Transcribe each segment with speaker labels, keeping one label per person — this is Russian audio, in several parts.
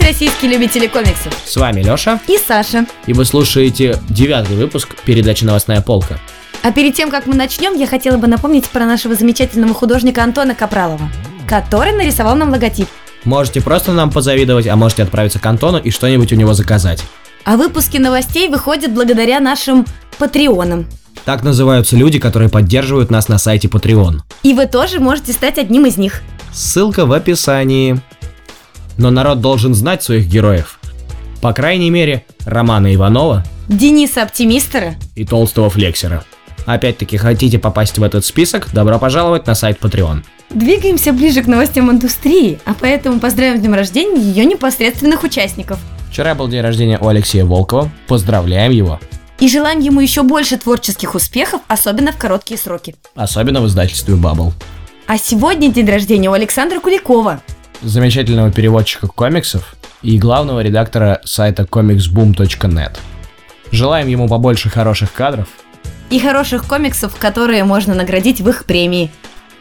Speaker 1: российские любители комиксов.
Speaker 2: С вами Леша,
Speaker 1: И Саша.
Speaker 2: и вы слушаете девятый выпуск передачи «Новостная полка».
Speaker 1: А перед тем, как мы начнем, я хотела бы напомнить про нашего замечательного художника Антона Капралова, который нарисовал нам логотип.
Speaker 2: Можете просто нам позавидовать, а можете отправиться к Антону и что-нибудь у него заказать.
Speaker 1: А выпуски новостей выходят благодаря нашим патреонам.
Speaker 2: Так называются люди, которые поддерживают нас на сайте Patreon.
Speaker 1: И вы тоже можете стать одним из них.
Speaker 2: Ссылка в описании. Но народ должен знать своих героев. По крайней мере, Романа Иванова
Speaker 1: Дениса Оптимистера.
Speaker 2: и толстого флексера. Опять-таки, хотите попасть в этот список? Добро пожаловать на сайт Patreon.
Speaker 1: Двигаемся ближе к новостям индустрии, а поэтому поздравим с днем рождения ее непосредственных участников.
Speaker 2: Вчера был день рождения у Алексея Волкова. Поздравляем его.
Speaker 1: И желаем ему еще больше творческих успехов, особенно в короткие сроки.
Speaker 2: Особенно в издательстве Bubble.
Speaker 1: А сегодня день рождения у Александра Куликова.
Speaker 2: Замечательного переводчика комиксов и главного редактора сайта comicsboom.net. Желаем ему побольше хороших кадров.
Speaker 1: И хороших комиксов, которые можно наградить в их премии.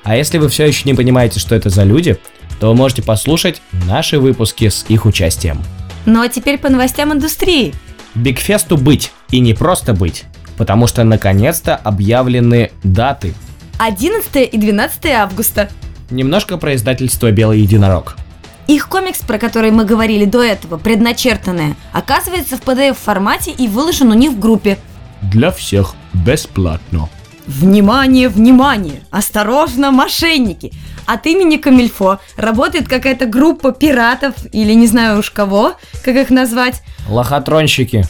Speaker 2: А если вы все еще не понимаете, что это за люди, то вы можете послушать наши выпуски с их участием.
Speaker 1: Ну а теперь по новостям индустрии.
Speaker 2: Бигфесту быть, и не просто быть, потому что наконец-то объявлены даты.
Speaker 1: 11 и 12 августа.
Speaker 2: Немножко про издательство «Белый единорог».
Speaker 1: Их комикс, про который мы говорили до этого, предначертанное, оказывается в PDF-формате и выложен у них в группе.
Speaker 2: Для всех бесплатно.
Speaker 1: Внимание, внимание! Осторожно, мошенники! От имени Камильфо работает какая-то группа пиратов, или не знаю уж кого, как их назвать,
Speaker 2: Лохотронщики.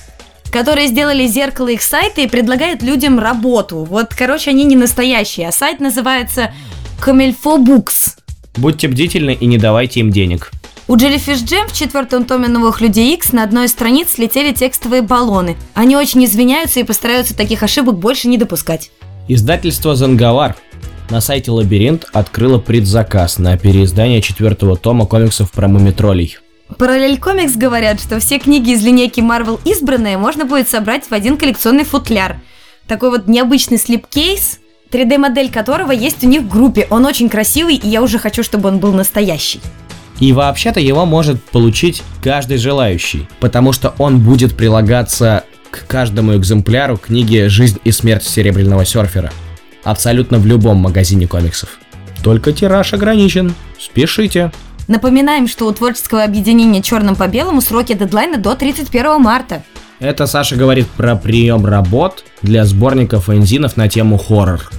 Speaker 1: которые сделали зеркало их сайта и предлагают людям работу. Вот, короче, они не настоящие, а сайт называется Камильфо Букс.
Speaker 2: Будьте бдительны и не давайте им денег.
Speaker 1: У Jellyfish Jam в четвертом томе новых Людей Икс на одной из страниц слетели текстовые баллоны. Они очень извиняются и постараются таких ошибок больше не допускать.
Speaker 2: Издательство «Занговар» на сайте «Лабиринт» открыло предзаказ на переиздание четвертого тома комиксов про мумитролей.
Speaker 1: Параллель Комикс говорят, что все книги из линейки Marvel избранные можно будет собрать в один коллекционный футляр. Такой вот необычный слепкейс, 3D-модель которого есть у них в группе. Он очень красивый, и я уже хочу, чтобы он был настоящий.
Speaker 2: И вообще-то его может получить каждый желающий, потому что он будет прилагаться к каждому экземпляру книги «Жизнь и смерть серебряного серфера». Абсолютно в любом магазине комиксов. Только тираж ограничен. Спешите.
Speaker 1: Напоминаем, что у творческого объединения «Черным по белому» сроки дедлайна до 31 марта.
Speaker 2: Это Саша говорит про прием работ для сборников энзинов на тему хоррор.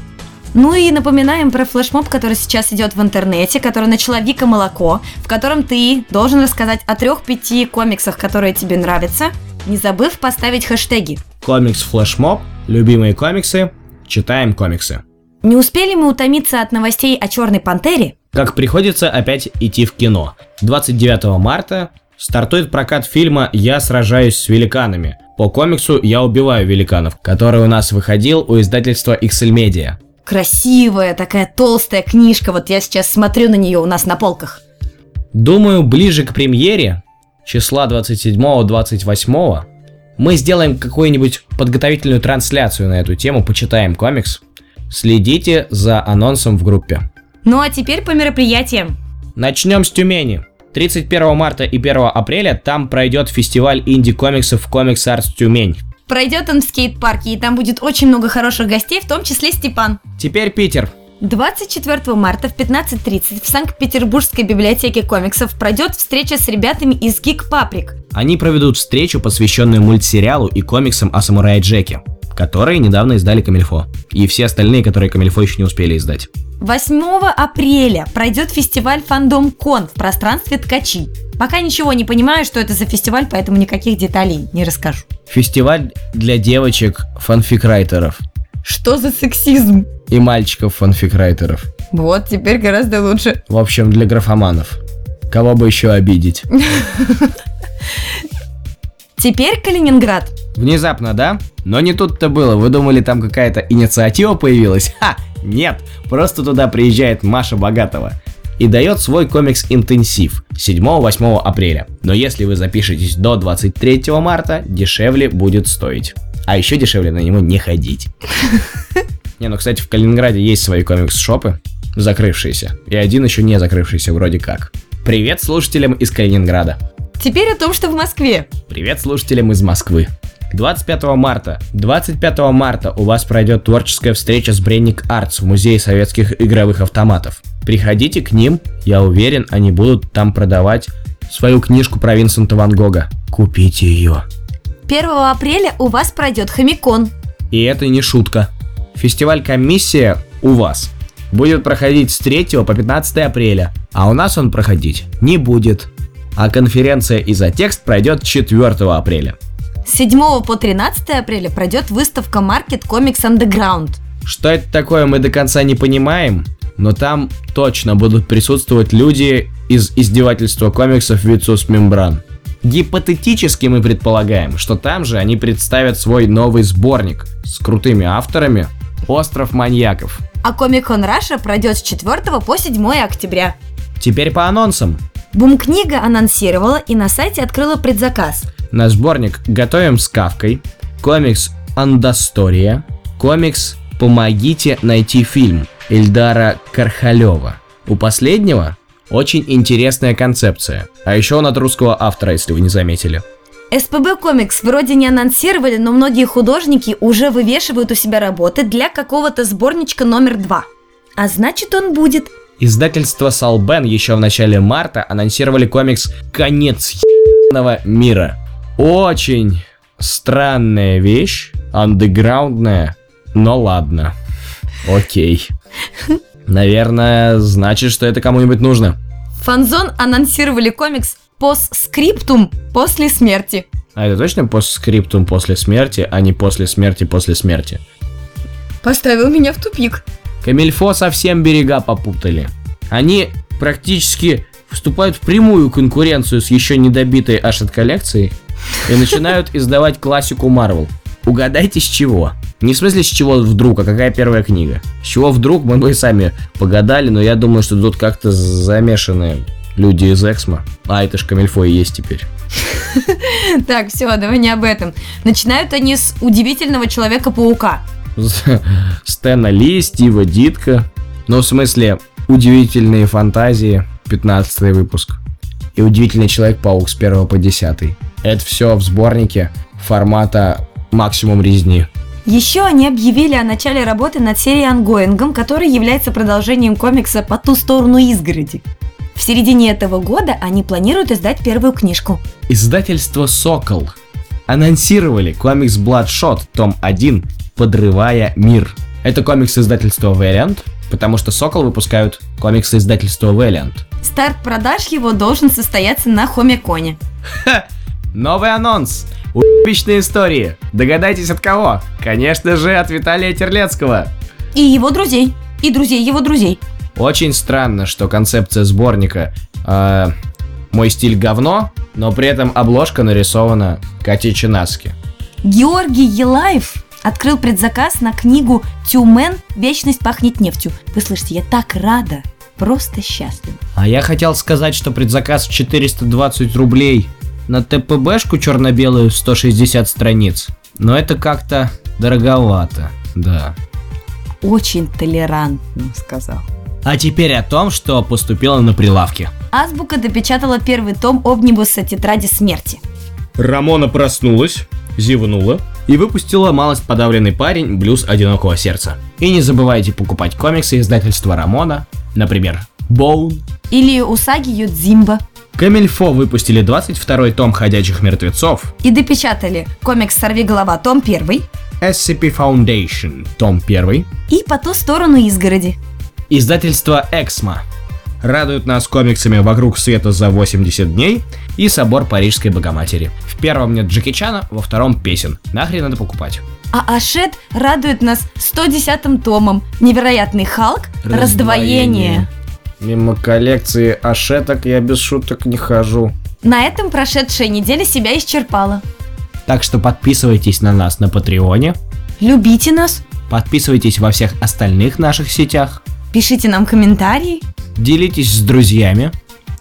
Speaker 1: Ну и напоминаем про флешмоб, который сейчас идет в интернете, который начала Вика Молоко, в котором ты должен рассказать о трех-пяти комиксах, которые тебе нравятся, не забыв поставить хэштеги.
Speaker 2: Комикс флешмоб, любимые комиксы, читаем комиксы.
Speaker 1: Не успели мы утомиться от новостей о Черной Пантере?
Speaker 2: Как приходится опять идти в кино. 29 марта стартует прокат фильма «Я сражаюсь с великанами». По комиксу «Я убиваю великанов», который у нас выходил у издательства XL Media.
Speaker 1: Красивая такая толстая книжка, вот я сейчас смотрю на нее у нас на полках.
Speaker 2: Думаю, ближе к премьере, числа 27-28, мы сделаем какую-нибудь подготовительную трансляцию на эту тему, почитаем комикс. Следите за анонсом в группе.
Speaker 1: Ну а теперь по мероприятиям.
Speaker 2: Начнем с Тюмени. 31 марта и 1 апреля там пройдет фестиваль инди-комиксов Comics Arts Тюмень.
Speaker 1: Пройдет он в скейт-парке, и там будет очень много хороших гостей, в том числе Степан.
Speaker 2: Теперь Питер.
Speaker 1: 24 марта в 15.30 в Санкт-Петербургской библиотеке комиксов пройдет встреча с ребятами из Geek Паприк.
Speaker 2: Они проведут встречу, посвященную мультсериалу и комиксам о самурае Джеке, которые недавно издали Камильфо. И все остальные, которые Камильфо еще не успели издать.
Speaker 1: 8 апреля пройдет фестиваль Фандом Кон в пространстве Ткачи. Пока ничего не понимаю, что это за фестиваль, поэтому никаких деталей не расскажу.
Speaker 2: Фестиваль для девочек фанфикрайтеров
Speaker 1: Что за сексизм?
Speaker 2: и мальчиков фанфикрайтеров.
Speaker 1: Вот, теперь гораздо лучше.
Speaker 2: В общем, для графоманов. Кого бы еще обидеть?
Speaker 1: Теперь Калининград.
Speaker 2: Внезапно, да? Но не тут-то было. Вы думали, там какая-то инициатива появилась? Ха! Нет! Просто туда приезжает Маша Богатова и дает свой комикс «Интенсив» 7-8 апреля. Но если вы запишетесь до 23 марта, дешевле будет стоить. А еще дешевле на него не ходить. Не, ну, кстати, в Калининграде есть свои комикс-шопы, закрывшиеся. И один еще не закрывшийся вроде как. Привет слушателям из Калининграда.
Speaker 1: Теперь о том, что в Москве.
Speaker 2: Привет слушателям из Москвы. 25 марта. 25 марта у вас пройдет творческая встреча с Бренник Артс в Музее советских игровых автоматов. Приходите к ним, я уверен, они будут там продавать свою книжку про Винсента Ван Гога. Купите ее.
Speaker 1: 1 апреля у вас пройдет Хомикон.
Speaker 2: И это не шутка. Фестиваль «Комиссия» у вас будет проходить с 3 по 15 апреля, а у нас он проходить не будет. А конференция «Изотекст» пройдет 4 апреля.
Speaker 1: С 7 по 13 апреля пройдет выставка Market Comics Underground.
Speaker 2: Что это такое, мы до конца не понимаем, но там точно будут присутствовать люди из издевательства комиксов Вицус Мембран. Гипотетически мы предполагаем, что там же они представят свой новый сборник с крутыми авторами «Остров маньяков».
Speaker 1: А Comic-Con Russia пройдет с 4 по 7 октября.
Speaker 2: Теперь по анонсам.
Speaker 1: Бум-книга анонсировала и на сайте открыла предзаказ.
Speaker 2: На сборник «Готовим с Кавкой», комикс «Андастория», комикс «Помогите найти фильм» Эльдара Кархалева. У последнего очень интересная концепция. А еще он от русского автора, если вы не заметили.
Speaker 1: СПБ Комикс вроде не анонсировали, но многие художники уже вывешивают у себя работы для какого-то сборничка номер два. А значит он будет.
Speaker 2: Издательство Салбен еще в начале марта анонсировали комикс «Конец ебаного мира». Очень странная вещь, андеграундная, но ладно. Окей. Наверное, значит, что это кому-нибудь нужно.
Speaker 1: Фанзон анонсировали комикс «Постскриптум после смерти».
Speaker 2: А это точно постскриптум после смерти, а не после смерти после смерти?
Speaker 1: Поставил меня в тупик.
Speaker 2: Камильфо совсем берега попутали. Они практически вступают в прямую конкуренцию с еще недобитой аж от коллекцией и начинают издавать классику Марвел. Угадайте с чего? Не в смысле с чего вдруг, а какая первая книга? С чего вдруг мы бы и сами погадали, но я думаю, что тут как-то замешаны люди из Эксмо. А это ж Камильфо и есть теперь.
Speaker 1: Так, все, давай не об этом. Начинают они с удивительного человека-паука.
Speaker 2: Стэна Ли, Стива Дитка. Ну, в смысле, удивительные фантазии, 15 выпуск. И удивительный Человек-паук с 1 по 10. Это все в сборнике формата максимум резни.
Speaker 1: Еще они объявили о начале работы над серией ангоингом, который является продолжением комикса «По ту сторону изгороди». В середине этого года они планируют издать первую книжку.
Speaker 2: Издательство «Сокол» анонсировали комикс Bloodshot, том 1, «Подрывая мир». Это комикс издательства Valiant, потому что «Сокол» выпускают комиксы издательства Valiant.
Speaker 1: Старт продаж его должен состояться на Хомиконе.
Speaker 2: Новый анонс! Убичные истории! Догадайтесь от кого? Конечно же, от Виталия Терлецкого.
Speaker 1: И его друзей. И друзей его друзей.
Speaker 2: Очень странно, что концепция сборника э, «Мой стиль говно», но при этом обложка нарисована Катей Чинаски.
Speaker 1: Георгий Елаев открыл предзаказ на книгу «Тюмен. Вечность пахнет нефтью». Вы слышите, я так рада. Просто счастлива.
Speaker 2: А я хотел сказать, что предзаказ в 420 рублей на ТПБшку черно-белую в 160 страниц. Но это как-то дороговато, да.
Speaker 1: Очень толерантно, сказал.
Speaker 2: А теперь о том, что поступило на прилавке.
Speaker 1: Азбука допечатала первый том обнибуса тетради смерти.
Speaker 2: Рамона проснулась, зевнула и выпустила малость подавленный парень блюз одинокого сердца. И не забывайте покупать комиксы издательства Рамона, например, Боун.
Speaker 1: Или Усаги Юдзимба.
Speaker 2: Камильфо выпустили 22 том «Ходячих мертвецов»,
Speaker 1: И допечатали комикс «Сорви голова», том 1
Speaker 2: SCP Foundation, том 1,
Speaker 1: и «По ту сторону изгороди».
Speaker 2: издательство Эксмо. Радуют нас комиксами «Вокруг света за 80 дней» и «Собор Парижской Богоматери». В первом нет Джеки Чана, во втором песен. Нахрен надо покупать.
Speaker 1: А Ашет радует нас 110-м томом «Невероятный Халк. Раздвоение».
Speaker 2: Мимо коллекции ошеток я без шуток не хожу.
Speaker 1: На этом прошедшая неделя себя исчерпала.
Speaker 2: Так что подписывайтесь на нас на Патреоне,
Speaker 1: Любите нас,
Speaker 2: подписывайтесь во всех остальных наших сетях,
Speaker 1: пишите нам комментарии,
Speaker 2: делитесь с друзьями,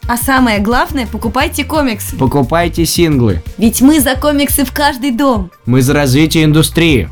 Speaker 1: а самое главное, покупайте комиксы.
Speaker 2: покупайте синглы.
Speaker 1: Ведь мы за комиксы в каждый дом.
Speaker 2: Мы за развитие индустрии.